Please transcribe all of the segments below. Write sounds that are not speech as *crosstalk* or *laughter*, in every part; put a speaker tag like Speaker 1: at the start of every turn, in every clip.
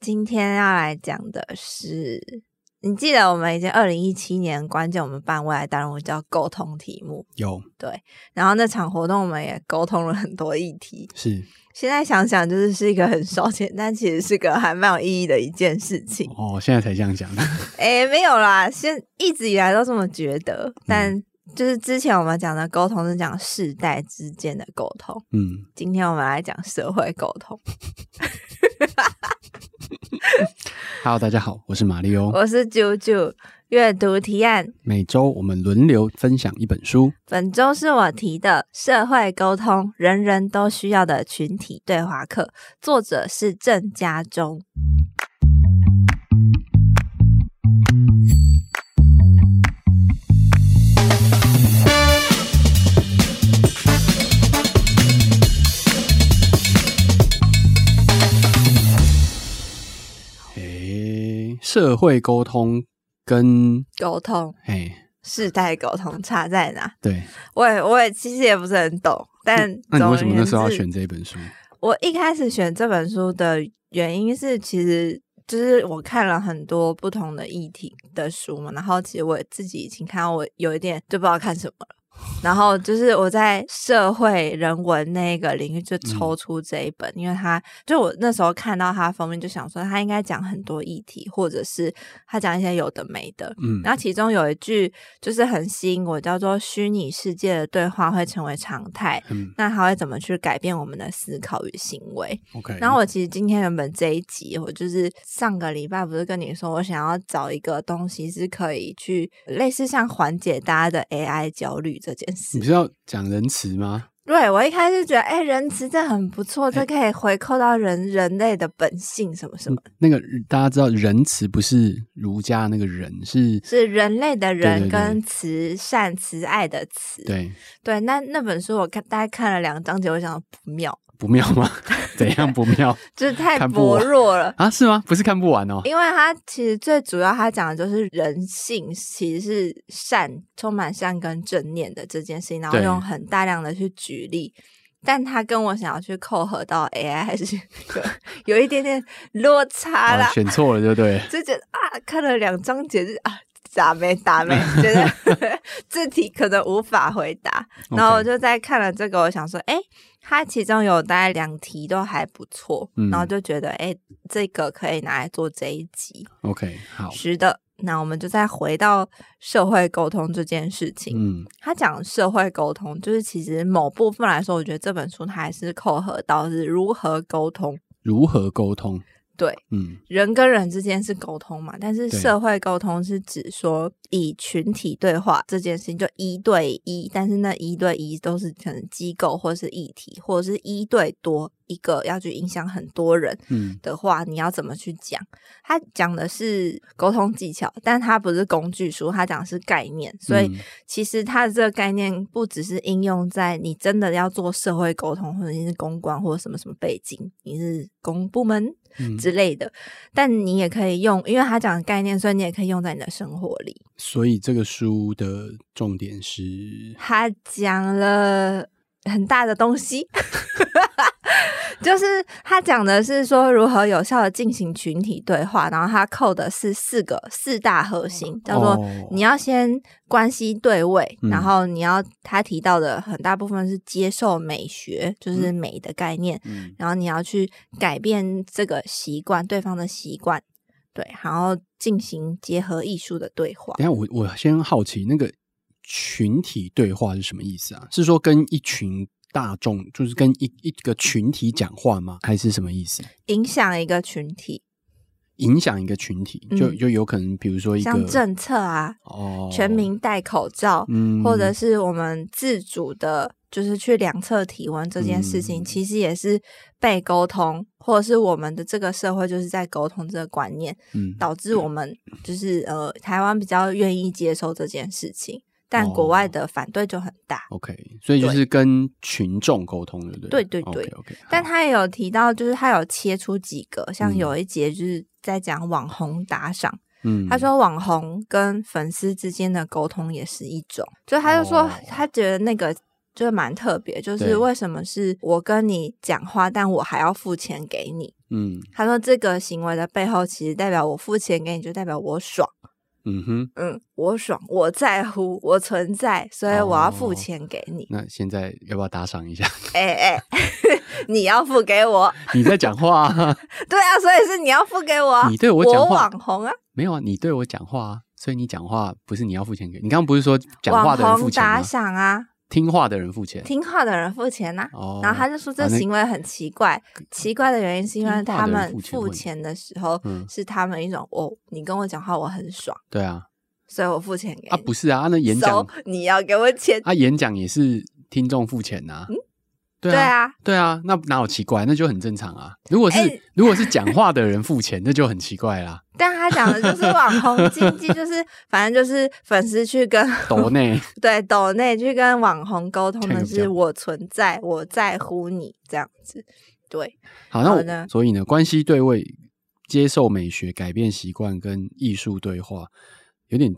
Speaker 1: 今天要来讲的是，你记得我们以前二零一七年关键我们办未来大人物叫沟通题目，
Speaker 2: 有
Speaker 1: 然后那场活动我们也沟通了很多议题。
Speaker 2: 是
Speaker 1: 现在想想，就是是一个很烧钱，但其实是个还蛮有意义的一件事情。
Speaker 2: 哦，现在才这样讲的，
Speaker 1: 诶，没有啦，现一直以来都这么觉得，但就是之前我们讲的沟通是讲世代之间的沟通，
Speaker 2: 嗯，
Speaker 1: 今天我们来讲社会沟通。
Speaker 2: Hello，大家好，我是马里欧。
Speaker 1: 我是九九阅读提案，
Speaker 2: 每周我们轮流分享一本书，
Speaker 1: 本周是我提的《社会沟通人人都需要的群体对话课》，作者是郑家忠。
Speaker 2: 诶，社会沟通跟
Speaker 1: 沟通
Speaker 2: 诶，
Speaker 1: 世代沟通差在哪？
Speaker 2: 对，
Speaker 1: 我也我也其实也不是很懂，但
Speaker 2: 那你
Speaker 1: 总
Speaker 2: 为什么
Speaker 1: 而
Speaker 2: 那
Speaker 1: 言
Speaker 2: 时候要
Speaker 1: 之
Speaker 2: 选这本书？
Speaker 1: 我一开始选这本书的原因是，其实就是我看了很多不同的议题的书嘛，然后其实我自己已经看到我有一点就不知道看什么了。然后就是我在社会人文那个领域就抽出这一本，因为它就我那时候看到它封面就想说它应该讲很多议题，或者是它讲一些有的没的。
Speaker 2: 嗯，
Speaker 1: 然后其中有一句就是很吸引我，叫做“虚拟世界的对话会成为常态”，
Speaker 2: 嗯
Speaker 1: 那它会怎么去改变我们的思考与行为？
Speaker 2: ，OK。
Speaker 1: 然后我其实今天原本这一集，我就是上个礼拜不是跟你说，我想要找一个东西是可以去类似像缓解大家的 AI 焦虑这件事
Speaker 2: 你。不是要讲仁慈吗？
Speaker 1: 对我一开始觉得，哎、仁慈这很不错，这
Speaker 2: 哎嗯
Speaker 1: 可以回扣到人人类的本性什么什么的，
Speaker 2: 那个大家知道仁慈不是儒家那个仁，是
Speaker 1: 是人类的人
Speaker 2: 对对
Speaker 1: 跟慈善慈爱的慈。
Speaker 2: 对
Speaker 1: 对那那本书我看大概看了两章节，我想不妙，
Speaker 2: 不妙吗？怎样不妙
Speaker 1: 就是太
Speaker 2: 看不
Speaker 1: 薄
Speaker 2: 完
Speaker 1: 弱了。
Speaker 2: 啊？是吗？不是看不完哦。
Speaker 1: 因为他其实最主要，他讲的就是人性其实是善，充满善跟正念的这件事情，然后
Speaker 2: 对
Speaker 1: 用很大量的去举例。但他跟我想要去扣合到 AI 还是 *laughs* 有有一点点落差啦
Speaker 2: 啊，，选错了，对不对了？
Speaker 1: 就觉得啊，看了两章节就啊，咋没打
Speaker 2: *laughs*
Speaker 1: 没，觉得这题可能无法回答。然后我
Speaker 2: OK
Speaker 1: 就在看了这个，我想说，哎、它其中有大概两题都还不错，
Speaker 2: 嗯
Speaker 1: 然后就觉得，哎、这个可以拿来做这一集。
Speaker 2: OK，好，
Speaker 1: 是的，那我们就再回到社会沟通这件事情。
Speaker 2: 嗯
Speaker 1: 他讲社会沟通，就是其实某部分来说，我觉得这本书它还是扣合到是如何沟通。
Speaker 2: 如何沟通？
Speaker 1: 对，
Speaker 2: 嗯
Speaker 1: 人跟人之间是沟通嘛，但是
Speaker 2: 对
Speaker 1: 社会沟通是指说以群体对话这件事情，就一对一，但是那一对一都是可能机构或是议题，或者是一对多一个要去影响很多人
Speaker 2: 嗯
Speaker 1: 的话，你要怎么去讲？他讲的是沟通技巧，但他不是工具书，他讲的是概念，所以
Speaker 2: 嗯
Speaker 1: 其实它的这个概念不只是应用在你真的要做社会沟通，或者你是公关或者什么什么背景，你是公部门
Speaker 2: 嗯，
Speaker 1: 之类的，但你也可以用，因为他讲的概念，所以你也可以用在你的生活里。
Speaker 2: 所以这个书的重点是，
Speaker 1: 他讲了很大的东西， *laughs* 就是他讲的是说如何有效的进行群体对话，然后他扣的是四个四大核心，叫做
Speaker 2: 哦
Speaker 1: 你要先关系对位，
Speaker 2: 嗯
Speaker 1: 然后你要他提到的很大部分是接受美学，就是美的概念，
Speaker 2: 嗯
Speaker 1: 然后你要去改变这个习惯，对方的习惯，对，然后进行结合艺术的对话。
Speaker 2: 等一下我我先好奇那个群体对话是什么意思啊？是说跟一群大众，就是跟一一个群体讲话吗？还是什么意思？
Speaker 1: 影响一个群体，
Speaker 2: 影响一个群体，
Speaker 1: 嗯
Speaker 2: 就就有可能，比如说一
Speaker 1: 像
Speaker 2: 个
Speaker 1: 政策啊，
Speaker 2: 哦，
Speaker 1: 全民戴口罩，
Speaker 2: 嗯，
Speaker 1: 或者是我们自主的，就是去量测体温这件事情，
Speaker 2: 嗯
Speaker 1: 其实也是被沟通，或者是我们的这个社会就是在沟通这个观念，
Speaker 2: 嗯
Speaker 1: 导致我们就是呃，台湾比较愿意接受这件事情，但国外
Speaker 2: 哦
Speaker 1: 的反对就很大。
Speaker 2: OK，所以就
Speaker 1: 对
Speaker 2: 是跟群众沟通，对不对？
Speaker 1: 对对对
Speaker 2: o k
Speaker 1: 但他也有提到，就是他有切出几个，像
Speaker 2: 嗯
Speaker 1: 有一节就是在讲网红打赏，
Speaker 2: 嗯，
Speaker 1: 他说网红跟粉丝之间的沟通也是一种，就他就说
Speaker 2: 哦
Speaker 1: 他觉得那个就是蛮特别，就
Speaker 2: 对
Speaker 1: 是为什么是我跟你讲话，但我还要付钱给你？
Speaker 2: 嗯
Speaker 1: 他说这个行为的背后，其实代表我付钱给你，就代表我爽，
Speaker 2: 嗯哼，
Speaker 1: 嗯，我爽，我在乎，我存在，所以我要付
Speaker 2: 哦
Speaker 1: 钱给你。
Speaker 2: 那现在要不要打赏一下？
Speaker 1: 哎哎、 *laughs* 你要付给我， *laughs*
Speaker 2: 你在讲话、啊，
Speaker 1: 对啊，所以是你要付给我啊，
Speaker 2: 你对我
Speaker 1: 我
Speaker 2: 讲话
Speaker 1: 网红啊，
Speaker 2: 没有啊？你对我讲话啊，所以你讲话不是你要付钱给？你刚刚不是说讲话
Speaker 1: 网
Speaker 2: 的人付
Speaker 1: 红
Speaker 2: 钱吗
Speaker 1: 打？赏啊，
Speaker 2: 听话的人付钱。
Speaker 1: 听话的人付钱呐、
Speaker 2: 哦，
Speaker 1: 然后他就说这
Speaker 2: 啊那
Speaker 1: 行为很奇怪，奇怪的原因是因为
Speaker 2: 听话的
Speaker 1: 他
Speaker 2: 人
Speaker 1: 们
Speaker 2: 付钱
Speaker 1: 付
Speaker 2: 问
Speaker 1: 钱的时候
Speaker 2: 嗯
Speaker 1: 是他们一种哦，你跟我讲话我很爽，
Speaker 2: 对啊，
Speaker 1: 所以我付钱给你。
Speaker 2: 啊不是啊，啊那演
Speaker 1: So，
Speaker 2: 讲
Speaker 1: 你要给我钱，
Speaker 2: 啊演讲也是听众付钱呐、
Speaker 1: 嗯
Speaker 2: 对
Speaker 1: 对
Speaker 2: 啊，
Speaker 1: 啊，
Speaker 2: 对啊，那哪有奇怪？那就很正常啊。如果是、
Speaker 1: 哎
Speaker 2: *laughs* 如果是讲话的人付钱，那就很奇怪啦。
Speaker 1: 但他讲的就是网红经济，就是 *laughs* 反正就是粉丝去跟
Speaker 2: 抖内
Speaker 1: *laughs* 对抖内去跟网红沟通的
Speaker 2: 看个比
Speaker 1: 是
Speaker 2: 较
Speaker 1: 我存在，我在乎你这样子，对，
Speaker 2: 好，那
Speaker 1: 好
Speaker 2: 我
Speaker 1: 的
Speaker 2: 所以呢，关系对位、接受美学、改变习惯跟艺术对话，有点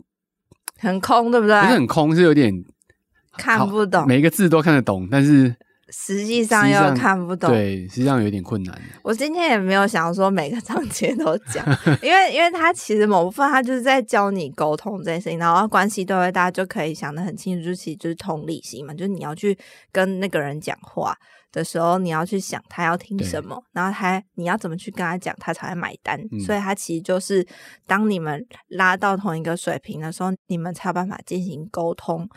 Speaker 1: 很空，对不对
Speaker 2: 不？是很空，是有点
Speaker 1: 哎看
Speaker 2: 好
Speaker 1: 不懂
Speaker 2: 每个字都看得懂，但是
Speaker 1: 实际
Speaker 2: 实
Speaker 1: 上
Speaker 2: 际
Speaker 1: 又
Speaker 2: 上
Speaker 1: 看不懂，
Speaker 2: 对，实际上有点困难。
Speaker 1: 我今天也没有想说每个章节都讲，
Speaker 2: *laughs*
Speaker 1: 因为因为他其实某部分他就是在教你沟通这件事情，然后关系对位，大家就可以想得很清楚，就是其实就是同理心嘛，就是你要去跟那个人讲话的时候，你要去想他要听
Speaker 2: 对
Speaker 1: 什么，然后他你要怎么去跟他讲，他才会买单。
Speaker 2: 嗯
Speaker 1: 所以他其实就是当你们拉到同一个水平的时候，你们才有办法进行沟通。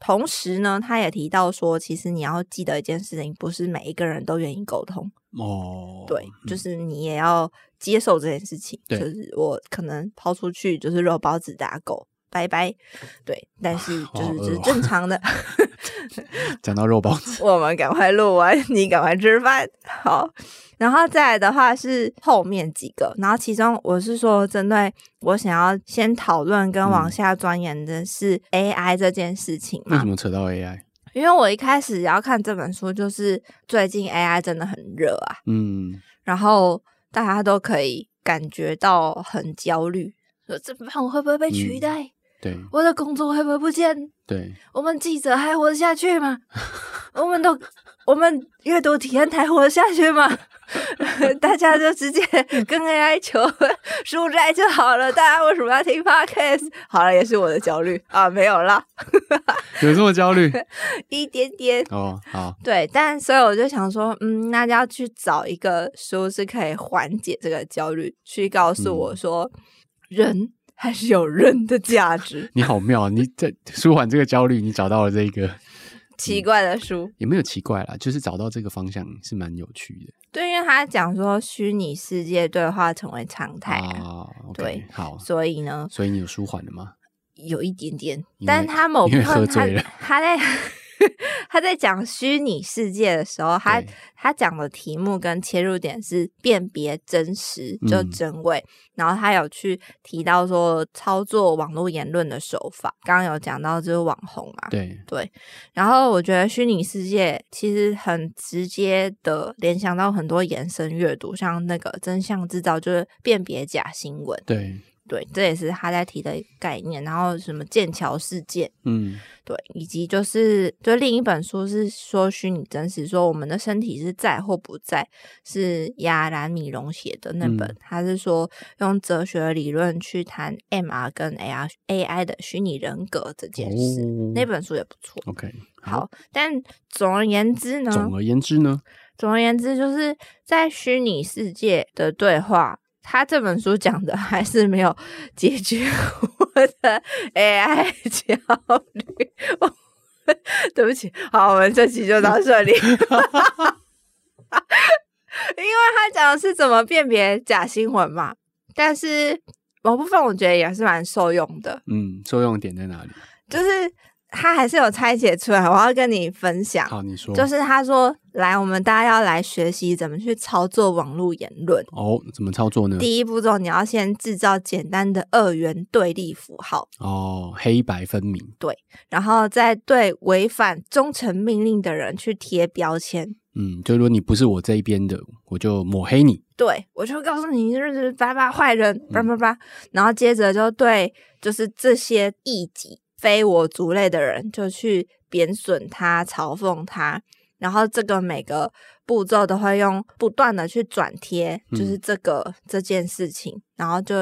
Speaker 1: 同时呢，他也提到说，其实你要记得一件事情，不是每一个人都愿意沟通。
Speaker 2: 哦，
Speaker 1: 对，就
Speaker 2: 嗯
Speaker 1: 是你也要接受这件事情。
Speaker 2: 对
Speaker 1: 就是我可能抛出去就是肉包子打狗，拜拜。对，但是就
Speaker 2: 好
Speaker 1: 是
Speaker 2: 饿
Speaker 1: 就是
Speaker 2: 哦
Speaker 1: 正常的，
Speaker 2: 讲到肉包
Speaker 1: *laughs*
Speaker 2: 子，
Speaker 1: 我们赶快录完，你赶快吃饭。好，然后再来的话是后面几个，然后其中我是说针对我想要先讨论跟往
Speaker 2: 嗯
Speaker 1: 下钻研的是 AI 这件事情
Speaker 2: 为
Speaker 1: 嘛
Speaker 2: 什，么扯到 AI？
Speaker 1: 因为我一开始要看这本书，就是最近 AI 真的很热啊，
Speaker 2: 嗯，
Speaker 1: 然后大家都可以感觉到很焦虑，说怎么办？我会不会被取
Speaker 2: 嗯
Speaker 1: 代？
Speaker 2: 对
Speaker 1: 我的工作会不会不见？
Speaker 2: 对，
Speaker 1: 我们记者还活得下去吗？我们都，我们阅读体验还活得下去吗？ *laughs* 大家就直接跟 AI 求书斋就好了。大家为什么要听 Podcast？好了，也是我的焦虑啊，没有啦，
Speaker 2: 有这么
Speaker 1: *laughs*
Speaker 2: 焦虑
Speaker 1: 一点点。
Speaker 2: 哦？好，
Speaker 1: 对，但所以我就想说，嗯，那就要去找一个书是可以缓解这个焦虑，去告诉我
Speaker 2: 嗯
Speaker 1: 说，人还是有人的价
Speaker 2: *laughs*
Speaker 1: 值。
Speaker 2: 你好妙啊，你在舒缓这个焦虑，你找到了这一个。嗯
Speaker 1: 奇怪的书，
Speaker 2: 也没有奇怪啦，就是找到这个方向是蛮有趣的
Speaker 1: 对，因为他讲说虚拟世界对话成为常态啊、
Speaker 2: 啊。OK，
Speaker 1: 对
Speaker 2: 好，
Speaker 1: 所以呢，
Speaker 2: 所以你有舒缓了吗？
Speaker 1: 有一点点
Speaker 2: 因为，
Speaker 1: 但他某部
Speaker 2: 因为喝
Speaker 1: 分他
Speaker 2: 醉了
Speaker 1: 他在 *laughs* 他在讲虚拟世界的时候，他
Speaker 2: 对
Speaker 1: 他讲的题目跟切入点是辨别真实就
Speaker 2: 嗯
Speaker 1: 真伪，然后他有去提到说操作网络言论的手法，刚刚有讲到就是网红嘛，
Speaker 2: 对，
Speaker 1: 然后我觉得虚拟世界其实很直接的联想到很多延伸阅读，像那个真相制造就是辨别假新闻。
Speaker 2: 对，
Speaker 1: 对，这也是他在提的概念。然后什么剑桥事件，
Speaker 2: 嗯，
Speaker 1: 对，以及就是就另一本书是说虚拟真实，说我们的身体是在或不在，是亚兰米隆写的那本，
Speaker 2: 嗯
Speaker 1: 他是说用哲学理论去谈 MR 跟 AR AI 的虚拟人格这件事。那本书也不错，
Speaker 2: 哦 OK，好，
Speaker 1: 好，但总而言之呢，
Speaker 2: 总而言之呢，
Speaker 1: 总而言之，就是在虚拟世界的对话，他这本书讲的还是没有解决我的 *laughs* AI 焦虑。我对不起，好，我们这期就到这里。 *laughs* 因为他讲的是怎么辨别假新闻嘛，但是某部分我觉得也是蛮受用的，
Speaker 2: 嗯，作用点在哪里？
Speaker 1: 就是他还是有拆解出来。我要跟你分享，
Speaker 2: 好，你说，
Speaker 1: 就是他说，来，我们大家要来学习怎么去操作网络言论。
Speaker 2: 哦，怎么操作呢？
Speaker 1: 第一步骤，你要先制造简单的二元对立符号，
Speaker 2: 哦，黑白分明，
Speaker 1: 然后再对违反忠诚命令的人去贴标签。
Speaker 2: 嗯，就如果你不是我这一边的，我就抹黑你，
Speaker 1: 对我就会告诉你，就是叭叭坏人，叭叭叭，然后接着就对就是这些异己非我族类的人就去贬损他、嘲讽他，然后这个每个步骤都会用不断的去转贴，
Speaker 2: 嗯
Speaker 1: 就是这个、这件事情，然后就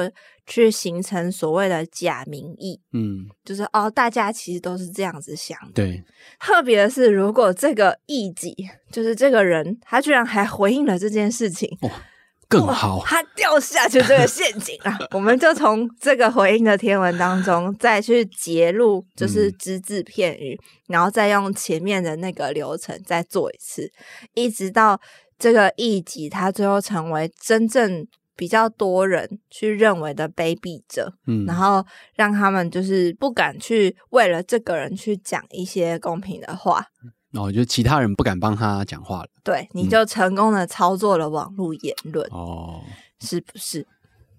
Speaker 1: 去形成所谓的假民意，
Speaker 2: 嗯，
Speaker 1: 就是哦，大家其实都是这样子想的。
Speaker 2: 对，
Speaker 1: 特别是如果这个异己，就是这个人，他居然还回应了这件事情，
Speaker 2: 更
Speaker 1: 哇
Speaker 2: 好，
Speaker 1: 他掉下去这个陷阱
Speaker 2: *laughs*
Speaker 1: 了。我们就从这个回应的贴文当中再去截录，
Speaker 2: 嗯
Speaker 1: 就是只字片语，然后再用前面的那个流程再做一次，一直到这个一集，他最后成为真正比较多人去认为的卑鄙者，
Speaker 2: 嗯，
Speaker 1: 然后让他们就是不敢去为了这个人去讲一些公平的话。
Speaker 2: 然哦后就其他人不敢帮他讲话了。
Speaker 1: 对，你
Speaker 2: 嗯
Speaker 1: 就成功的操作了网络言论，
Speaker 2: 哦，
Speaker 1: 是不是？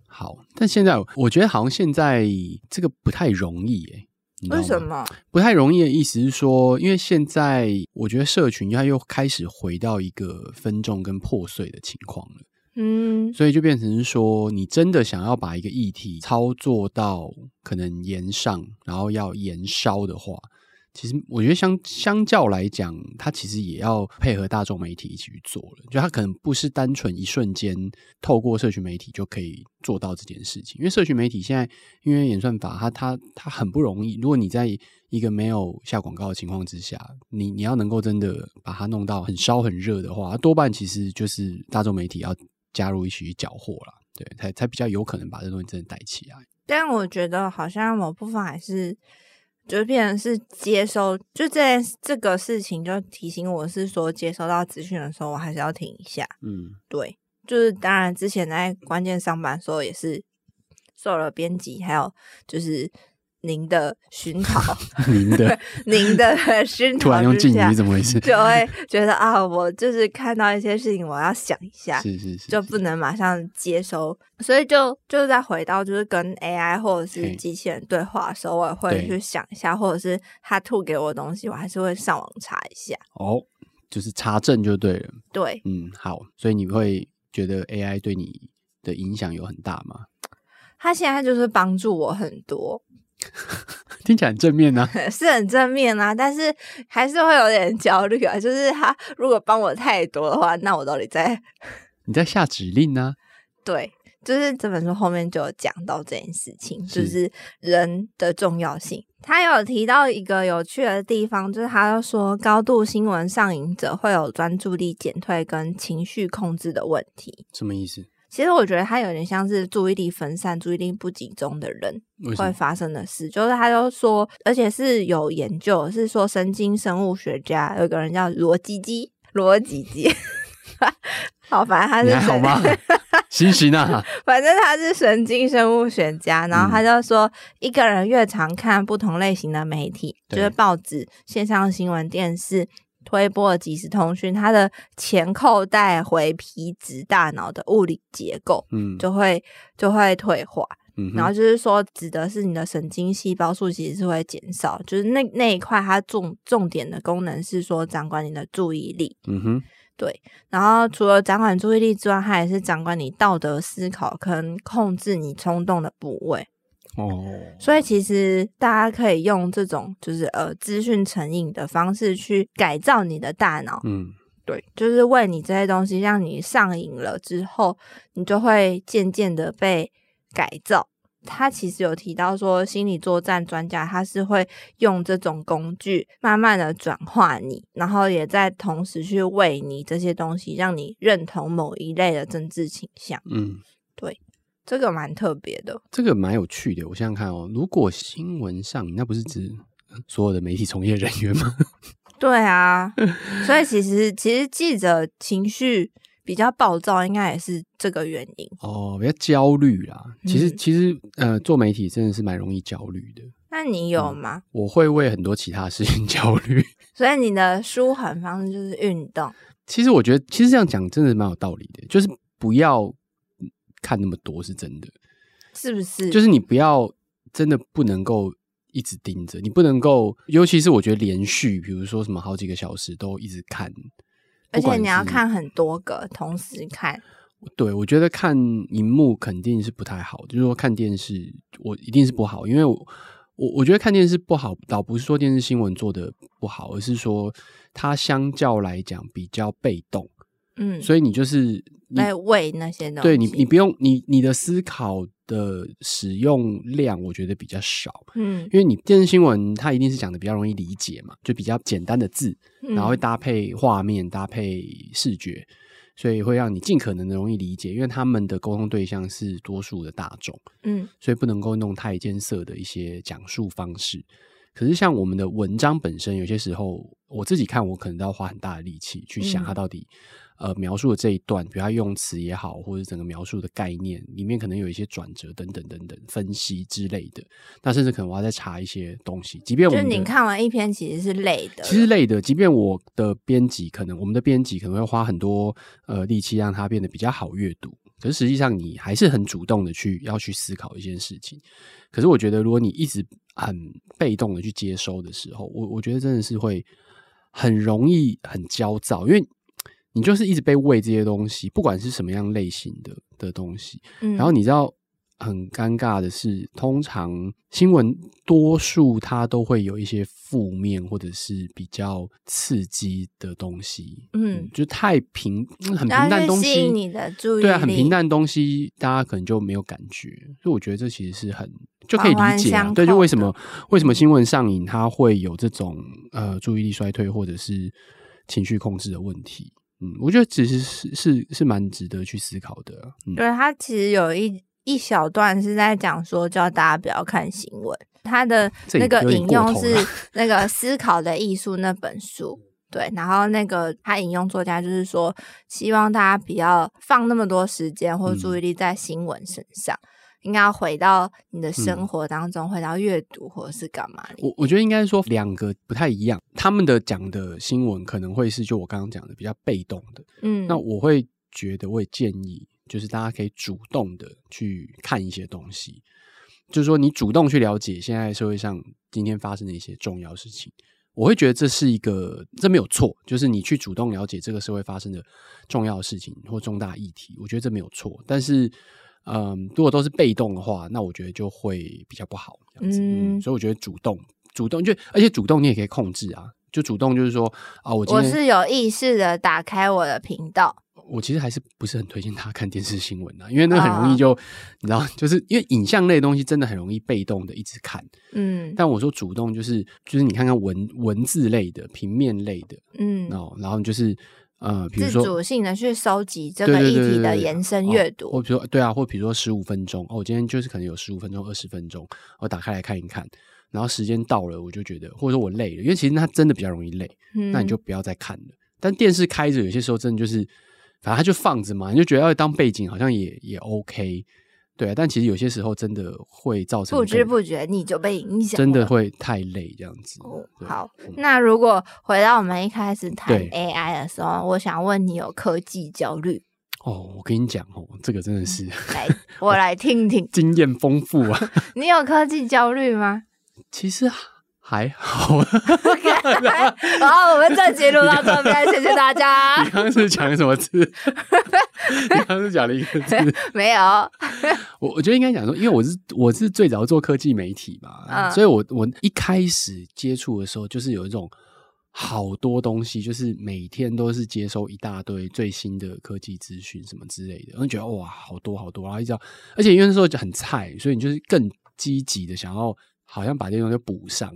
Speaker 2: 好，但现在我觉得好像现在这个不太容易诶、你知道
Speaker 1: 为
Speaker 2: 吗
Speaker 1: 什么？
Speaker 2: 不太容易的意思是说，因为现在我觉得社群它又开始回到一个分众跟破碎的情况了，
Speaker 1: 嗯，
Speaker 2: 所以就变成是说，你真的想要把一个议题操作到可能延上，然后要延烧的话，其实我觉得相相较来讲，它其实也要配合大众媒体一起去做了。就它可能不是单纯一瞬间透过社群媒体就可以做到这件事情，因为社群媒体现在因为演算法它，它它很不容易。如果你在一个没有下广告的情况之下，你你要能够真的把它弄到很烧很热的话，多半其实就是大众媒体要加入一起去缴获啦，对，才才比较有可能把这东西真的带起来。
Speaker 1: 但我觉得好像某部分还是，就变成是接收，就这件这个事情就提醒我是说，接收到资讯的时候，我还是要停一下。
Speaker 2: 嗯
Speaker 1: 对，就是当然之前在关键上班的时候也是受了编辑还有就是您的熏
Speaker 2: *laughs*
Speaker 1: 陶，
Speaker 2: *laughs* 您的
Speaker 1: 您的熏
Speaker 2: 突
Speaker 1: 陶
Speaker 2: 然用
Speaker 1: 之
Speaker 2: 敬
Speaker 1: 下
Speaker 2: 语，，怎么回 *laughs* 事？
Speaker 1: 就会觉得啊，我就是看到一些事情，我要想一下，
Speaker 2: 是是是，
Speaker 1: 就不能马上接收，所以就就再回到就是跟 AI 或者是
Speaker 2: 嘿
Speaker 1: 机器人对话的时候，我也会
Speaker 2: 对
Speaker 1: 去想一下，或者是他吐给我的东西，我还是会上网查一下。
Speaker 2: 哦，就是查证就对了。
Speaker 1: 对，
Speaker 2: 嗯，好，所以你会觉得 AI 对你的影响有很大吗？ *laughs*
Speaker 1: 他现在就是帮助我很多， *laughs*
Speaker 2: 听起来很正面啊呢、
Speaker 1: 是很正面啊，但是还是会有点焦虑啊。就是他如果帮我太多的话，那我到底在
Speaker 2: 你在下指令啊呢、
Speaker 1: 对？就是这本书后面就有讲到这件事情，就是是人的重要性。他有提到一个有趣的地方，就是他就说高度新闻上瘾者会有专注力减退跟情绪控制的问题。
Speaker 2: 什么意思？
Speaker 1: 其实我觉得他有点像是注意力分散、注意力不集中的人，
Speaker 2: 为什
Speaker 1: 会
Speaker 2: 么？
Speaker 1: 发生的事，就是他就说，而且是有研究，是说神经生物学家有一个人叫罗基基，罗基基， *laughs* 好，反正他
Speaker 2: 你
Speaker 1: 是
Speaker 2: 还好
Speaker 1: 神 *laughs*
Speaker 2: 吗？ *laughs* 醒醒啊！
Speaker 1: 反正他是神经生物学家，
Speaker 2: 嗯
Speaker 1: 然后他就说，一个人越常看不同类型的媒体，
Speaker 2: 对
Speaker 1: 就是报纸、线上新闻、电视、推播、即时通讯，他的前扣带回皮质大脑的物理结构
Speaker 2: 嗯
Speaker 1: 就会就会退化。
Speaker 2: 嗯哼，
Speaker 1: 然后就是说，指的是你的神经细胞数其实是会减少，就是那那一块它重重点的功能是说掌管你的注意力，
Speaker 2: 嗯哼，
Speaker 1: 然后除了掌管注意力之外，它也是掌管你道德思考跟控制你冲动的部位。
Speaker 2: 哦，
Speaker 1: 所以其实大家可以用这种就是呃资讯成瘾的方式去改造你的大脑，
Speaker 2: 嗯，
Speaker 1: 对，就是为你这些东西让你上瘾了之后，你就会渐渐的被改造。他其实有提到说，心理作战专家他是会用这种工具慢慢的转化你，然后也在同时去喂你这些东西，让你认同某一类的政治倾向，
Speaker 2: 嗯，
Speaker 1: 这个蛮特别的。
Speaker 2: 这个蛮有趣的。我想想看哦，如果新闻上，那不是指呃所有的媒体从业人员 *laughs* 吗？
Speaker 1: 对啊，所以其实其实记者情绪比较暴躁，应该也是这个原因。
Speaker 2: 哦，比较焦虑啦。其实，
Speaker 1: 嗯
Speaker 2: 其实，呃，做媒体真的是蛮容易焦虑的。
Speaker 1: 那你有吗？
Speaker 2: 我会为很多其他事情焦虑。 *laughs*
Speaker 1: 所以你的舒缓方式就是运动。
Speaker 2: 其实我觉得，其实这样讲真的蛮有道理的，就是不要看那么多，是真的。
Speaker 1: 是不是？
Speaker 2: 就是你不要真的不能够一直盯着，你不能够，尤其是我觉得连续，比如说什么好几个小时都一直看，
Speaker 1: 而
Speaker 2: 不
Speaker 1: 且
Speaker 2: 管
Speaker 1: 你要
Speaker 2: 是
Speaker 1: 看很多个，同时看。
Speaker 2: 对，我觉得看荧幕肯定是不太好，就是说看电视，我一定是不好，因为我我我觉得看电视不好，倒不是说电视新闻做的不好，而是说它相较来讲比较被动，
Speaker 1: 嗯，
Speaker 2: 所以你就是你
Speaker 1: 来喂那些东西，
Speaker 2: 对你你不用你你的思考的使用量，我觉得比较少，
Speaker 1: 嗯，
Speaker 2: 因为你电视新闻它一定是讲的比较容易理解嘛，就比较简单的字，
Speaker 1: 嗯
Speaker 2: 然后会搭配画面、搭配视觉，所以会让你尽可能的容易理解，因为他们的沟通对象是多数的大众。
Speaker 1: 嗯
Speaker 2: 所以不能够弄太艰涩的一些讲述方式。可是像我们的文章本身，有些时候我自己看，我可能都要花很大的力气去想它
Speaker 1: 嗯
Speaker 2: 到底、呃描述的这一段，比如它用词也好，或者整个描述的概念里面可能有一些转折等等等等分析之类的。那甚至可能我要再查一些东西，即便我
Speaker 1: 就
Speaker 2: 们
Speaker 1: 你
Speaker 2: 的
Speaker 1: 看完一篇其实是累的，
Speaker 2: 其实累的，即便我的编辑可能我们的编辑可能会花很多呃力气让它变得比较好阅读，可是实际上你还是很主动的去要去思考一件事情。可是我觉得，如果你一直很被动的去接收的时候，我我觉得真的是会很容易很焦躁，因为你就是一直被喂这些东西，不管是什么样类型的的东西，
Speaker 1: 嗯，
Speaker 2: 然后你知道很尴尬的是，通常新闻多数它都会有一些负面或者是比较刺激的东西，
Speaker 1: 嗯
Speaker 2: 就太平很平
Speaker 1: 然后
Speaker 2: 淡
Speaker 1: 去
Speaker 2: 东
Speaker 1: 吸引
Speaker 2: 西，
Speaker 1: 你的注意力，
Speaker 2: 对啊，很平淡的东西，大家可能就没有感觉，所以我觉得这其实是很就可以
Speaker 1: 环
Speaker 2: 理
Speaker 1: 环
Speaker 2: 解、
Speaker 1: 相
Speaker 2: 啊
Speaker 1: 扣，
Speaker 2: 对，就为什
Speaker 1: 的
Speaker 2: 么为什么新闻上瘾，它会有这种呃注意力衰退或者是情绪控制的问题。嗯，我觉得其实是是是蛮值得去思考的啊、嗯，
Speaker 1: 对他其实有一一小段是在讲说叫大家不要看新闻，他的
Speaker 2: 这
Speaker 1: 那个
Speaker 2: 有点
Speaker 1: 引
Speaker 2: 过
Speaker 1: 用
Speaker 2: 头
Speaker 1: 是
Speaker 2: 了
Speaker 1: 那个《思考的艺术》那本书。对，然后那个他引用作家就是说，希望大家不要放那么多时间或
Speaker 2: 嗯
Speaker 1: 注意力在新闻身上，应该要回到你的生
Speaker 2: 嗯
Speaker 1: 活当中，回到阅读或者是干嘛里。
Speaker 2: 我我觉得应该说两个不太一样，他们的讲的新闻可能会是就我刚刚讲的比较被动的，
Speaker 1: 嗯，
Speaker 2: 那我会觉得我也建议就是大家可以主动的去看一些东西，就是说你主动去了解现在社会上今天发生的一些重要事情。我会觉得这是一个，这没有错，就是你去主动了解这个社会发生的重要的事情或重大议题，我觉得这没有错。但是，嗯，如果都是被动的话，那我觉得就会比较不好，这样子。嗯，
Speaker 1: 嗯
Speaker 2: 所以我觉得主动，主动就，而且主动你也可以控制啊，就主动就是说啊，我今
Speaker 1: 我
Speaker 2: 天
Speaker 1: 是有意识的打开我的频道，
Speaker 2: 我其实还是不是很推荐他看电视新闻啊，因为那很
Speaker 1: 嗯
Speaker 2: 容易就、你知道，就是因为影像类的东西真的很容易被动的一直看。
Speaker 1: 嗯
Speaker 2: 但我说主动就是就是你看看文文字类的、平面类的，
Speaker 1: 嗯，
Speaker 2: 然后然后就是呃，比如
Speaker 1: 自
Speaker 2: 说
Speaker 1: 主性的去收集这
Speaker 2: 对
Speaker 1: 个
Speaker 2: 对
Speaker 1: 议
Speaker 2: 对
Speaker 1: 题
Speaker 2: 对
Speaker 1: 的
Speaker 2: 对
Speaker 1: 延伸
Speaker 2: 哦
Speaker 1: 阅读，
Speaker 2: 或比如说对啊，或比如说十五分钟哦，我今天就是可能有十五分钟、二十分钟，我打开来看一看，然后时间到了，我就觉得或者说我累了，因为其实它真的比较容易累。那
Speaker 1: 嗯
Speaker 2: 你就不要再看了。但电视开着，有些时候真的就是，反正它就放着嘛，你就觉得要当背景好像也也 OK，对啊。但其实有些时候真的会造成
Speaker 1: 不知
Speaker 2: 更
Speaker 1: 不觉你就被影响了，
Speaker 2: 真的会太累这样子。
Speaker 1: 哦。
Speaker 2: 对
Speaker 1: 好
Speaker 2: 嗯，
Speaker 1: 那如果回到我们一开始谈
Speaker 2: 对
Speaker 1: AI 的时候，我想问你有科技焦虑？
Speaker 2: 哦，我跟你讲哦，这个真
Speaker 1: 嗯
Speaker 2: 的是
Speaker 1: 来，
Speaker 2: *laughs*
Speaker 1: 我来听听，
Speaker 2: 经验丰富啊。 *laughs*
Speaker 1: 你有科技焦虑吗？
Speaker 2: 其实还好，啊
Speaker 1: 好，我们这集录到这边，谢谢大家
Speaker 2: *laughs* *laughs* 你。刚刚是讲什么字？ *laughs* 你刚刚是讲了一个字。
Speaker 1: 没有，
Speaker 2: 我我觉得应该讲说，因为我是我是最早做科技媒体嘛，
Speaker 1: 嗯
Speaker 2: 所以我我一开始接触的时候，就是有一种好多东西，就是每天都是接收一大堆最新的科技资讯什么之类的，然后觉得哇，好多好多，然后一直要，而且因为那时候就很菜，所以你就是更积极的想要好像把这些东西补上，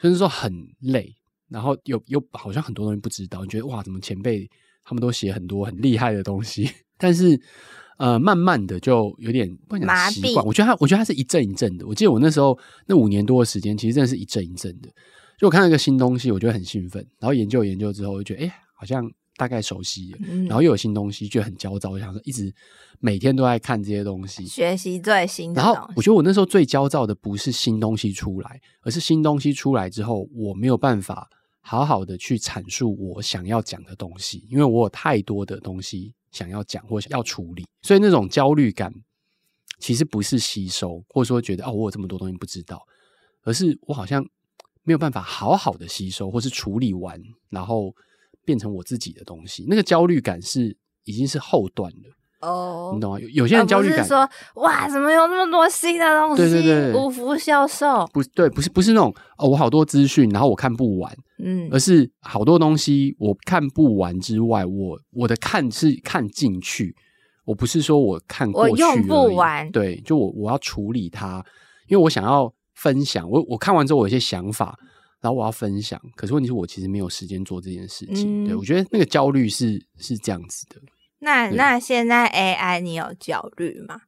Speaker 2: 甚至说很累，然后又又好像很多东西不知道，你觉得哇，怎么前辈他们都写很多很厉害的东西， *laughs* 但是呃，慢慢的就有点不能
Speaker 1: 麻
Speaker 2: 讲习
Speaker 1: 痹
Speaker 2: 惯。我觉得他，我觉得他是一阵一阵的。我记得我那时候那五年多的时间，其实真的是一阵一阵的。就我看到一个新东西，我就会很兴奋，然后研究研究之后，我就觉得哎、好像大概熟悉了。
Speaker 1: 嗯
Speaker 2: 然后又有新东西，就很焦躁，我想说一直每天都在看这些东西，
Speaker 1: 学习最新的
Speaker 2: 然后
Speaker 1: 东
Speaker 2: 我
Speaker 1: 西，
Speaker 2: 觉得我那时候最焦躁的不是新东西出来，而是新东西出来之后，我没有办法好好的去阐述我想要讲的东西，因为我有太多的东西想要讲或想要处理，所以那种焦虑感其实不是吸收，或者说觉得哦我有这么多东西不知道，而是我好像没有办法好好的吸收或是处理完，然后变成我自己的东西。那个焦虑感是已经是后段了。
Speaker 1: 哦，
Speaker 2: 你懂吗？有有些人焦虑
Speaker 1: 而不
Speaker 2: 感
Speaker 1: 是说哇，怎么有那么多新的东西，
Speaker 2: 对对对
Speaker 1: 无福消受。
Speaker 2: 不对，不是不是那种哦，我好多资讯，然后我看不完，
Speaker 1: 嗯
Speaker 2: 而是好多东西我看不完之外，我我的看是看进去，我不是说我看过去
Speaker 1: 我用不
Speaker 2: 而已
Speaker 1: 完
Speaker 2: 对，就我我要处理它，因为我想要分享，我我看完之后我有一些想法，然后我要分享，可是问题是我其实没有时间做这件事情，
Speaker 1: 嗯
Speaker 2: 对我觉得那个焦虑是是这样子的，
Speaker 1: 那
Speaker 2: 对
Speaker 1: 那现在 AI 你有焦虑吗？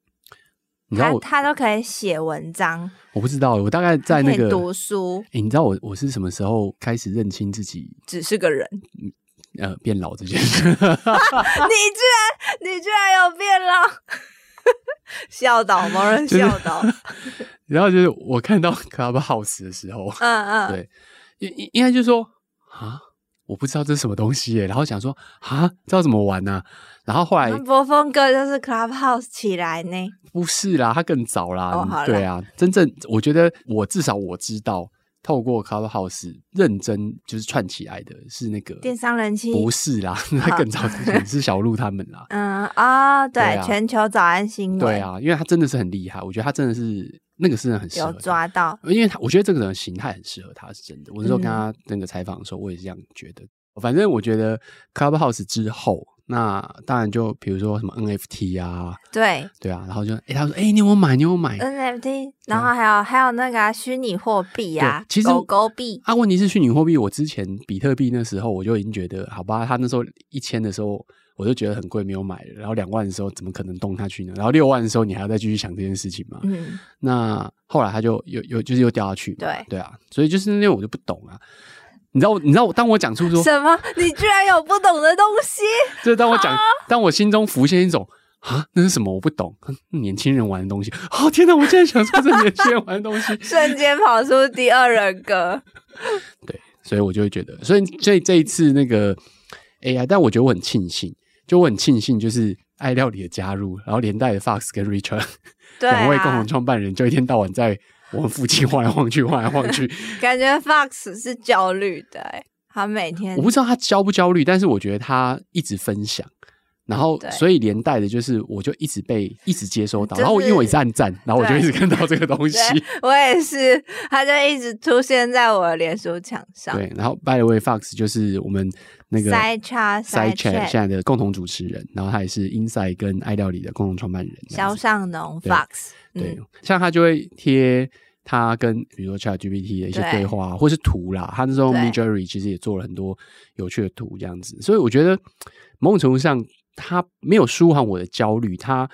Speaker 2: 你知道
Speaker 1: 它
Speaker 2: 我
Speaker 1: 它都可以写文章，
Speaker 2: 我不知道，我大概在
Speaker 1: 它可以
Speaker 2: 那个
Speaker 1: 读书，
Speaker 2: 诶你知道我我是什么时候开始认清自己
Speaker 1: 只是个 *laughs* 人。
Speaker 2: 呃变老这件事？
Speaker 1: 你居然你居然有变老， *laughs* 笑倒某人
Speaker 2: 就是
Speaker 1: 笑
Speaker 2: *laughs*
Speaker 1: 倒。
Speaker 2: 然后就是我看到 Clubhouse 的时候，
Speaker 1: 嗯嗯，
Speaker 2: 对应应应该就说啊，我不知道这是什么东西耶，然后想说啊，知道怎么玩呢、然后后来
Speaker 1: 那博峰哥就是 Clubhouse 起来呢，
Speaker 2: 不是啦，它更早啦，
Speaker 1: 哦好啦
Speaker 2: 对啊，真正我觉得我至少我知道，透过 Clubhouse 认真就是串起来的是那个
Speaker 1: 电啊商人气。
Speaker 2: 不是啦， *laughs* 它更早之前是小鹿他们啦，
Speaker 1: *laughs* 嗯哦，对，
Speaker 2: 对啊
Speaker 1: 全球早安新闻，
Speaker 2: 对，啊，因为他真的是很厉害，我觉得他真的是那个是很适合
Speaker 1: 有
Speaker 2: 他
Speaker 1: 抓到。
Speaker 2: 因为他我觉得这个人的形态很适合他，是真的。我那时候
Speaker 1: 嗯
Speaker 2: 跟他那个采访的时候，我也是这样觉得。反正我觉得 Clubhouse 之后，那当然就比如说什么 NFT 啊，
Speaker 1: 对
Speaker 2: 对啊，然后就哎、诶他说哎、诶你有没有买？你有没有
Speaker 1: 嗯
Speaker 2: 买？
Speaker 1: NFT，然后还有、还有那个啊、虚拟货币啊，
Speaker 2: 嗯对其实
Speaker 1: 狗狗币，
Speaker 2: 啊，问题是虚拟货币，我之前比特币那时候我就已经觉得，好吧，他那时候一千的时候我就觉得很贵，没有买了。然后两万的时候怎么可能动它去呢？然后六万的时候你还要再继续想这件事情吗？
Speaker 1: 嗯，
Speaker 2: 那后来他就又又就是又掉下去嘛，
Speaker 1: 对
Speaker 2: 对啊，所以就是那些我就不懂啊。你知道我，你知道我，当我讲出说，
Speaker 1: 什么？你居然有不懂的东西？，
Speaker 2: 就是当我讲，当我心中浮现一种啊，那是什么？我不懂，哼年轻人玩的东西。哦，天哪！我竟然想说这年轻人玩的东西 *laughs*
Speaker 1: 瞬间跑出第二人格，
Speaker 2: 所以我就会觉得，所以所以这一次那个 AI，但我觉得我很庆幸，就我很庆幸，就是爱料理的加入，然后连带的 Fox 跟 Richard、
Speaker 1: 对
Speaker 2: 两位共
Speaker 1: 啊
Speaker 2: 同，创办人，就一天到晚在我们附近晃来晃去，晃来晃
Speaker 1: *laughs*
Speaker 2: 去。
Speaker 1: 感觉 Fox 是焦虑的、欸，他每天
Speaker 2: 我不知道他焦不焦虑，但是我觉得他一直分享，然后
Speaker 1: 对
Speaker 2: 所以连带的就是我就一直被一直接收到，
Speaker 1: 就是
Speaker 2: 然后我因为我一直按赞，然后我就
Speaker 1: 对
Speaker 2: 一直看到这个东西。
Speaker 1: 对我也是，他就一直出现在我的脸书墙上。
Speaker 2: 对，然后 By the way Fox 就是我们那个
Speaker 1: 塞叉塞
Speaker 2: Side Chat 现在的共同主持人，然后他也是 Inside 跟爱料理的共同创办人。这样
Speaker 1: 肖
Speaker 2: 子
Speaker 1: 尚农
Speaker 2: 对
Speaker 1: Fox，
Speaker 2: 对
Speaker 1: 嗯，，
Speaker 2: 像他就会贴他跟比如说 Chat GPT 的一些
Speaker 1: 对
Speaker 2: 对话啊，或是图啦。他那时候
Speaker 1: 对
Speaker 2: m i j o r y 其实也做了很多有趣的图，这样子。所以我觉得某种程度上，他没有舒缓我的焦虑，他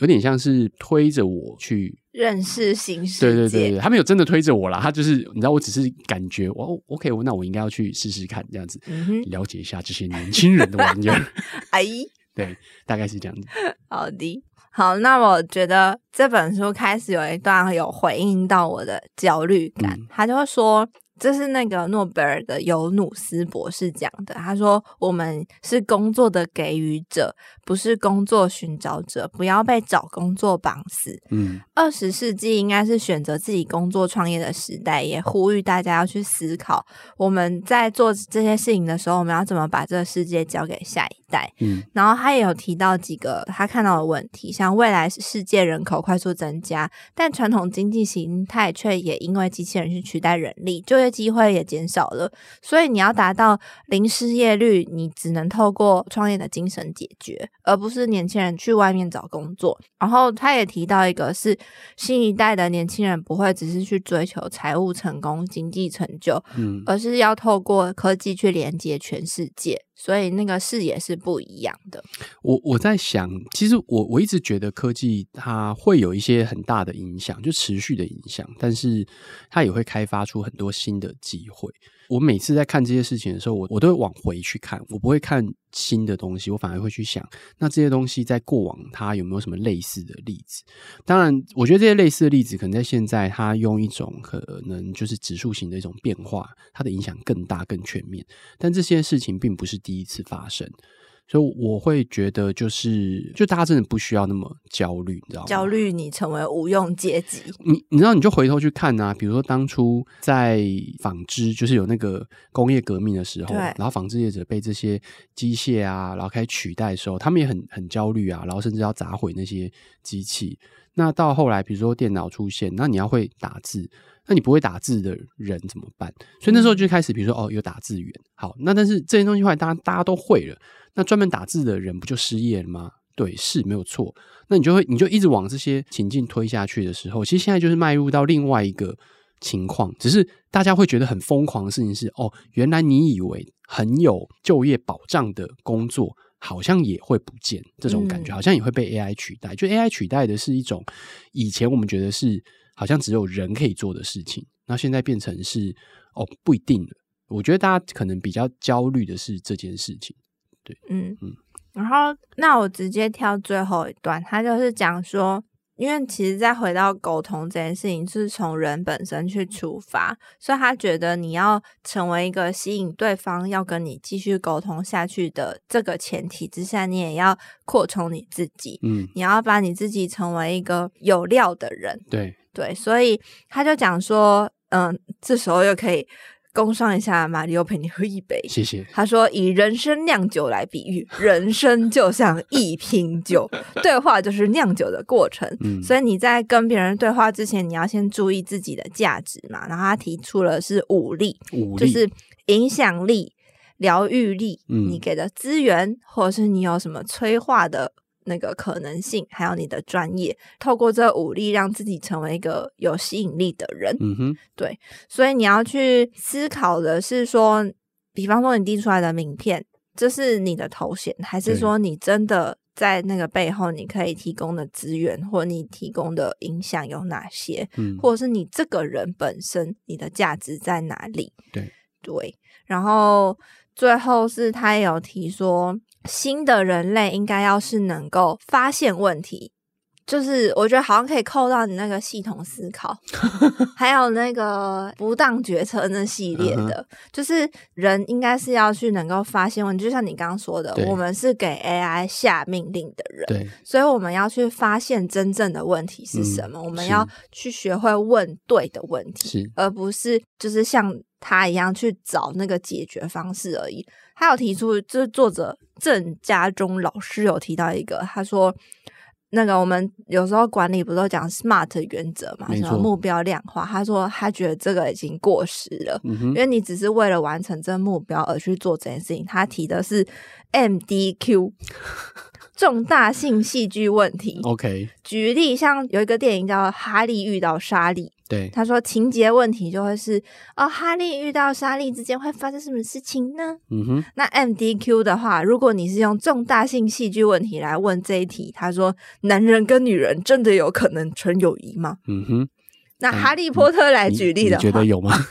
Speaker 2: 有点像是推着我去。
Speaker 1: 认识新
Speaker 2: 对
Speaker 1: 世
Speaker 2: 对
Speaker 1: 界，
Speaker 2: 对对，他没有真的推着我啦，他就是你知道，我只是感觉我 OK，我那我应该要去试试看这样子，
Speaker 1: 嗯哼，
Speaker 2: 了解一下这些年轻人的玩意儿， *laughs*
Speaker 1: 哎，
Speaker 2: 对，大概是这样子。
Speaker 1: 好的，好，那我觉得这本书开始有一段有回应到我的焦虑感，
Speaker 2: 嗯
Speaker 1: 他就会说。这是那个诺贝尔的尤努斯博士讲的。他说：“我们是工作的给予者，不是工作寻找者。不要被找工作绑死。
Speaker 2: 嗯
Speaker 1: 二十世纪应该是选择自己工作创业的时代，也呼吁大家要去思考，我们在做这些事情的时候，我们要怎么把这个世界交给下一代。
Speaker 2: 嗯
Speaker 1: 然后他也有提到几个他看到的问题，像未来世界人口快速增加，但传统经济形态却也因为机器人去取代人力，就业机会也减少了。所以你要达到零失业率，你只能透过创业的精神解决，而不是年轻人去外面找工作。然后他也提到一个是新一代的年轻人不会只是去追求财务成功、经济成就，
Speaker 2: 嗯
Speaker 1: 而是要透过科技去连接全世界，所以那个视野是不一样的。
Speaker 2: 我我在想，其实我我一直觉得科技它会有一些很大的影响，就持续的影响，但是它也会开发出很多新的机会。我每次在看这些事情的时候，我我都会往回去看，我不会看新的东西，我反而会去想，那这些东西在过往它有没有什么类似的例子？当然，我觉得这些类似的例子，可能在现在它用一种可能就是指数型的一种变化，它的影响更大、更全面。但这些事情并不是第一次发生，所以我会觉得就是就大家真的不需要那么焦虑，你知道吗？
Speaker 1: 焦虑你成为无用阶级，
Speaker 2: 你你知道，你就回头去看啊，比如说当初在纺织，就是有那个工业革命的时候，
Speaker 1: 对
Speaker 2: 然后纺织业者被这些机械啊，然后开始取代的时候，他们也很很焦虑啊，然后甚至要砸毁那些机器。那到后来，比如说电脑出现，那你要会打字，那你不会打字的人怎么办？所以那时候就开始，比如说哦，有打字员，好，那但是这些东西后来大家大家都会了，那专门打字的人不就失业了吗？对，是没有错。那你就会你就一直往这些情境推下去的时候，其实现在就是迈入到另外一个情况，只是大家会觉得很疯狂的事情是，哦，原来你以为很有就业保障的工作。好像也会不见这种感觉，
Speaker 1: 嗯
Speaker 2: 好像也会被 AI 取代。就 AI 取代的是一种以前我们觉得是好像只有人可以做的事情，那现在变成是哦不一定了。我觉得大家可能比较焦虑的是这件事情。
Speaker 1: 嗯
Speaker 2: 嗯
Speaker 1: 然后那我直接挑最后一段，他就是讲说，因为其实再回到沟通这件事情，是从人本身去出发，所以他觉得你要成为一个吸引对方要跟你继续沟通下去的这个前提之下，你也要扩充你自己。
Speaker 2: 嗯，
Speaker 1: 你要把你自己成为一个有料的人，
Speaker 2: 对，
Speaker 1: 对，所以他就讲说，嗯，这时候又可以工商一下马里奥陪你喝一杯。
Speaker 2: 谢谢。
Speaker 1: 他说：“以人生酿酒来比喻，人生就像一瓶酒，
Speaker 2: *laughs*
Speaker 1: 对话就是酿酒的过程。
Speaker 2: 嗯，
Speaker 1: 所以你在跟别人对话之前，你要先注意自己的价值嘛。然后他提出了是武力，
Speaker 2: 武
Speaker 1: 就
Speaker 2: 力
Speaker 1: 是影响力、疗愈力，
Speaker 2: 嗯
Speaker 1: 你给的资源，或者是你有什么催化的那个可能性，还有你的专业，透过这武力让自己成为一个有吸引力的人。
Speaker 2: 嗯哼，
Speaker 1: 所以你要去思考的是说，比方说你递出来的名片，这是你的头衔，还是
Speaker 2: 对
Speaker 1: 说你真的在那个背后你可以提供的资源，或你提供的影响有哪些？
Speaker 2: 嗯，
Speaker 1: 或者是你这个人本身你的价值在哪里？
Speaker 2: 对
Speaker 1: 对，然后最后是他也有提说，新的人类应该要是能够发现问题，就是我觉得好像可以扣到你那个系统思
Speaker 2: *laughs*
Speaker 1: 考，还有那个不当决策那系列
Speaker 2: 嗯
Speaker 1: 的，就是人应该是要去能够发现问题，就像你刚刚说的
Speaker 2: 对，
Speaker 1: 我们是给 AI 下命令的人，
Speaker 2: 对，
Speaker 1: 所以我们要去发现真正的问题是什么，我们
Speaker 2: 嗯是
Speaker 1: 要去学会问对的问题，
Speaker 2: 是
Speaker 1: 而不是就是像他一样去找那个解决方式而已。他有提出，就是作者郑家中老师有提到一个，他说。那个我们有时候管理不都讲 SMART 原则嘛，
Speaker 2: 没
Speaker 1: 什么
Speaker 2: 错
Speaker 1: 目标量化？他说他觉得这个已经过时了，
Speaker 2: 嗯
Speaker 1: 因
Speaker 2: 哼，
Speaker 1: 为你只是为了完成这目标而去做这件事情。他提的是 MDQ *laughs* 重大性戏剧问题。
Speaker 2: OK，
Speaker 1: 举例，像有一个电影叫《哈利遇到莎莉》，
Speaker 2: 对，
Speaker 1: 他说情节问题就会是哦，哈利遇到莎莉之间会发生什么事情呢？
Speaker 2: 嗯哼，
Speaker 1: 那 MDQ 的话，如果你是用重大性戏剧问题来问这一题，他说男人跟女人真的有可能纯友谊吗？
Speaker 2: 嗯哼，
Speaker 1: 那
Speaker 2: 嗯
Speaker 1: 哈利波特来
Speaker 2: 你
Speaker 1: 举例
Speaker 2: 你
Speaker 1: 的话，
Speaker 2: 觉得有吗？ *laughs*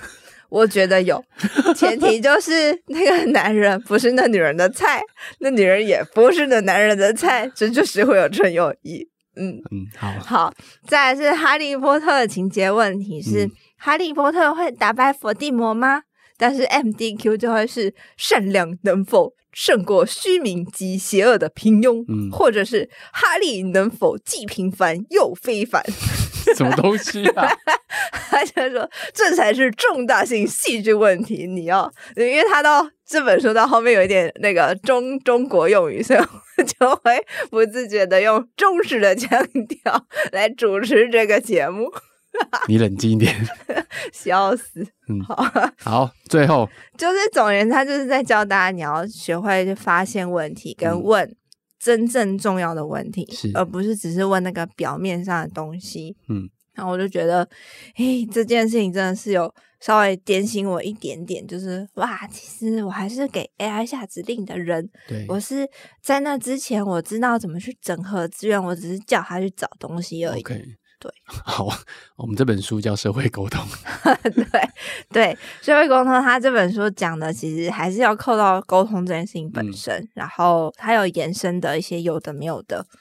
Speaker 1: 我觉得有， *laughs* 前提就是那个男人不是那女人的菜，那女人也不是那男人的菜，这就是会有纯友谊。嗯，
Speaker 2: 嗯，
Speaker 1: *laughs*
Speaker 2: 好，
Speaker 1: 好，再来是哈利波特的情节问题是：
Speaker 2: 嗯
Speaker 1: 哈利波特会打败伏地魔吗？但是 MDQ 就会是善良能否胜过虚名及邪恶的平庸，
Speaker 2: 嗯
Speaker 1: 或者是哈利能否既平凡又非凡？
Speaker 2: 什么东西啊？
Speaker 1: 他就说这才是重大性戏剧问题，你要，因为他到这本书到后面有一点那个中中国用语，所以我就会不自觉的用中式的腔调来主持这个节目，
Speaker 2: 你冷静一点。
Speaker 1: 笑死。
Speaker 2: 嗯
Speaker 1: 好，
Speaker 2: 好，最后，
Speaker 1: 就是总而言之，他就是在教大家你要学会去发现问题跟
Speaker 2: 嗯
Speaker 1: 问。真正重要的问题
Speaker 2: 是，
Speaker 1: 而不是只是问那个表面上的东西。
Speaker 2: 嗯，
Speaker 1: 然后我就觉得，诶，这件事情真的是有稍微点醒我一点点，就是哇，其实我还是给 AI 下指令的人，
Speaker 2: 对，
Speaker 1: 我是在那之前我知道怎么去整合资源，我只是叫他去找东西而已。
Speaker 2: OK，
Speaker 1: 对，
Speaker 2: *laughs* 好，我们这本书叫《社会沟通》， *laughs*
Speaker 1: 对，社会沟通他这本书讲的其实还是要扣到沟通这件事情本
Speaker 2: 嗯
Speaker 1: 身，然后它有延伸的一些有的没有的。 *laughs*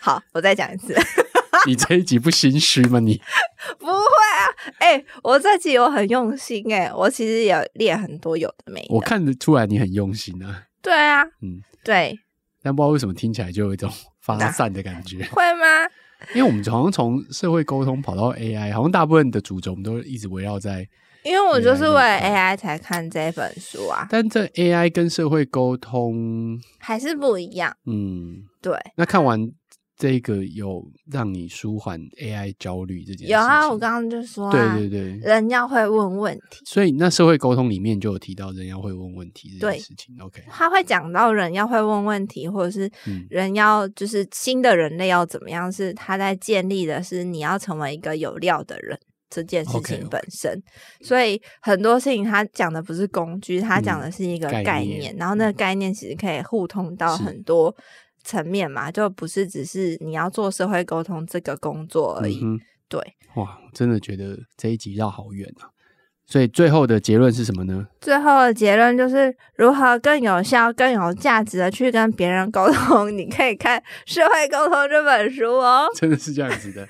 Speaker 1: 好，我再讲一次。 *laughs*
Speaker 2: 你这一集不心虚吗？你
Speaker 1: 不会啊，哎、我这集我很用心哎、我其实也列很多有的没的，
Speaker 2: 我看得出来你很用心啊。
Speaker 1: 对啊，
Speaker 2: 嗯，
Speaker 1: 对，
Speaker 2: 但不知道为什么听起来就有
Speaker 1: *laughs*
Speaker 2: 一种发散的感觉，
Speaker 1: 会吗？
Speaker 2: 因为我们好像从社会沟通跑到 AI，好像大部分的主轴我们都一直围绕在，
Speaker 1: 因为我就是为了
Speaker 2: 原
Speaker 1: AI
Speaker 2: 来
Speaker 1: 才看这本书啊，
Speaker 2: 但这 AI 跟社会沟通，
Speaker 1: 还是不一样。
Speaker 2: 嗯，
Speaker 1: 对，
Speaker 2: 那看完这个有让你舒缓 AI 焦虑这件事情，
Speaker 1: 有啊，我刚刚就说啊，
Speaker 2: 对对对，
Speaker 1: 人要会问问题，
Speaker 2: 所以那社会沟通里面就有提到人要会问问题这
Speaker 1: 对
Speaker 2: 件事情，OK，
Speaker 1: 他会讲到人要会问问题，或者是
Speaker 2: 嗯
Speaker 1: 人要就是新的人类要怎么样，是他在建立的是你要成为一个有料的人。这件事
Speaker 2: OK，OK
Speaker 1: 情本身所以很多事情他讲的不是工具，他讲的是一个
Speaker 2: 嗯
Speaker 1: 概
Speaker 2: 概
Speaker 1: 念，
Speaker 2: 念
Speaker 1: 然后那个概念其实可以互通到
Speaker 2: 是
Speaker 1: 很多层面嘛，就不是只是你要做社会沟通这个工作而
Speaker 2: 嗯
Speaker 1: 已。
Speaker 2: 哼，
Speaker 1: 对，
Speaker 2: 哇，我真的觉得这一集绕好远啊。所以最后的结论是什么呢？ *laughs*
Speaker 1: 最后的结论就是如何更有效、更有价值的去跟别人沟通。 *laughs* 你可以看《社会沟通》这本书哦。
Speaker 2: 真的是这样
Speaker 1: *laughs*
Speaker 2: 子的。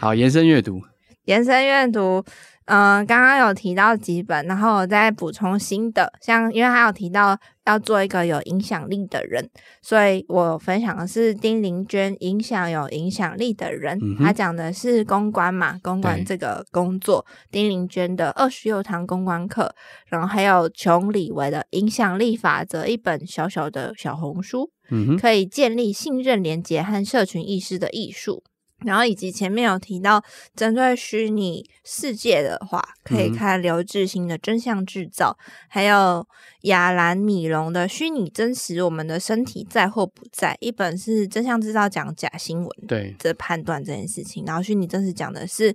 Speaker 2: 好，延伸阅读，
Speaker 1: 延伸阅读，嗯、刚刚有提到几本，然后我再补充新的，像因为他有提到要做一个有影响力的人，所以我分享的是丁玲娟《影响有影响力的人》
Speaker 2: 嗯哼
Speaker 1: 他讲的是公关嘛，公关
Speaker 2: 对
Speaker 1: 这个工作，丁玲娟的二十六堂公关课，然后还有琼李维的《影响力法则》一本小小的小红书，
Speaker 2: 嗯哼，
Speaker 1: 可以建立信任连结和社群意识的艺术。然后以及前面有提到，针对虚拟世界的话，可以
Speaker 2: 嗯哼
Speaker 1: 看刘志兴的《真相制造》，还有亚兰米隆的《虚拟真实：我们的身体在或不在》。一本是《真相制造》讲假新闻
Speaker 2: 对，
Speaker 1: 的判断这件事情，然后虚拟真实讲的是，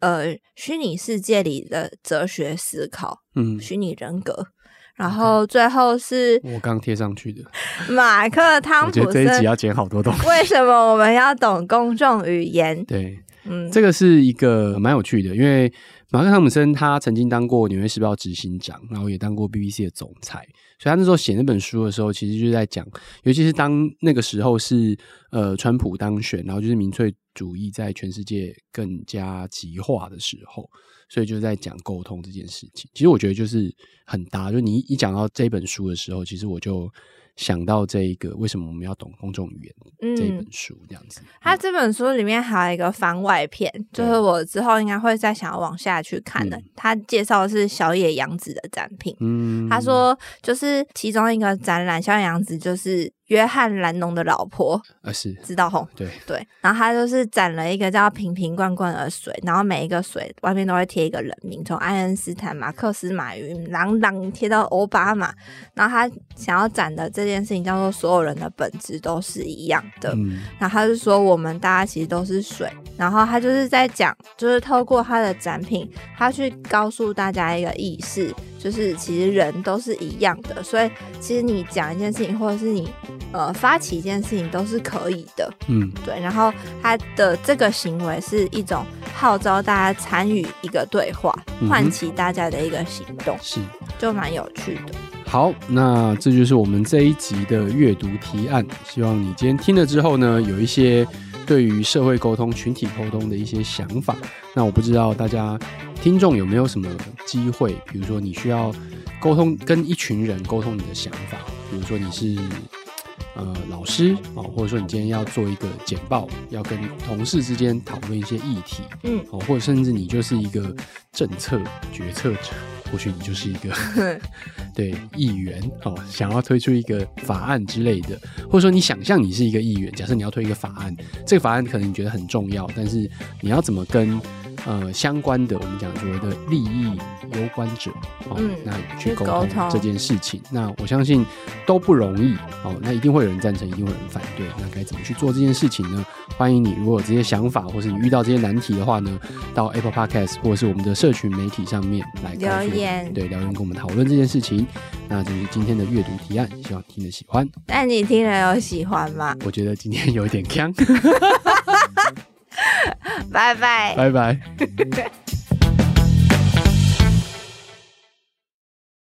Speaker 1: 呃，虚拟世界里的哲学思考、
Speaker 2: 嗯，
Speaker 1: 虚拟人格。然后最后是
Speaker 2: 我刚贴上去的。
Speaker 1: 马克汤
Speaker 2: 我觉
Speaker 1: 普
Speaker 2: 得这一集
Speaker 1: 森
Speaker 2: 要剪好多东西。
Speaker 1: 为什么我们要懂公众语言？
Speaker 2: 对，
Speaker 1: 嗯，
Speaker 2: 这个是一个蛮有趣的，因为马克·汤姆森他曾经当过《纽约时报》执行长，然后也当过 BBC 的总裁，所以他那时候写那本书的时候，其实就是在讲，尤其是当那个时候是呃川普当选，然后就是民粹主义在全世界更加极化的时候，所以就在讲沟通这件事情。其实我觉得就是很搭，就你一讲到这本书的时候，其实我就想到这一个为什么我们要懂公众语言这一
Speaker 1: 嗯
Speaker 2: 本，书这样子。
Speaker 1: 他这本书里面还有一个番外篇，就是我之后应该会再想要往下去看的
Speaker 2: 嗯。
Speaker 1: 他介绍的是小野洋子的展品，
Speaker 2: 嗯
Speaker 1: 他说就是其中一个展览，小野洋子就是约翰·兰农的老婆，
Speaker 2: 啊是
Speaker 1: 知道吼？
Speaker 2: 对。
Speaker 1: 对，然后他就是展了一个叫瓶瓶罐罐的水，然后每一个水外面都会贴一个人名，从爱因斯坦、马克思、马云、朗朗贴到奥巴马。然后他想要展的这件事情叫做“所有人的本质都是一样的”
Speaker 2: 嗯
Speaker 1: 然后他就说我们大家其实都是水，然后他就是在讲，就是透过他的展品，他去告诉大家一个意识，就是其实人都是一样的，所以其实你讲一件事情，或者是你呃发起一件事情都是可以的，
Speaker 2: 嗯
Speaker 1: 对，然后他的这个行为是一种号召大家参与一个对话，
Speaker 2: 嗯哼
Speaker 1: 唤起大家的一个行动，
Speaker 2: 是。
Speaker 1: 就蛮有趣的。
Speaker 2: 好，那这就是我们这一集的阅读提案。希望你今天听了之后呢，有一些对于社会沟通、群体沟通的一些想法。那我不知道大家听众有没有什么机会，比如说你需要沟通跟一群人沟通你的想法，比如说你是呃老师哦，或者说你今天要做一个简报，要跟同事之间讨论一些议题，
Speaker 1: 嗯，
Speaker 2: 哦，或者甚至你就是一个政策决策者，或许你就是一个 *laughs* 对议员哦，想要推出一个法案之类的，或者说你想象你是一个议员，假设你要推一个法案，这个法案可能你觉得很重要，但是你要怎么跟呃相关的我们讲所谓的利益攸关者哦，
Speaker 1: 嗯
Speaker 2: 那去
Speaker 1: 去
Speaker 2: 沟
Speaker 1: 沟
Speaker 2: 通
Speaker 1: 通
Speaker 2: 这件事情，那我相信都不容易哦，那一定会有人赞成，一定会有人反对，那该怎么去做这件事情呢？欢迎你，如果有这些想法或是你遇到这些难题的话呢，到 Apple Podcast 或者是我们的社群媒体上面来告诉我们
Speaker 1: 留言
Speaker 2: 对留言跟我们讨论这件事情。那就是今天的阅读提案，希望听得喜欢。
Speaker 1: 但你听了有喜欢吗？
Speaker 2: 我觉得今天有一点呛，
Speaker 1: 拜拜。
Speaker 2: 拜拜。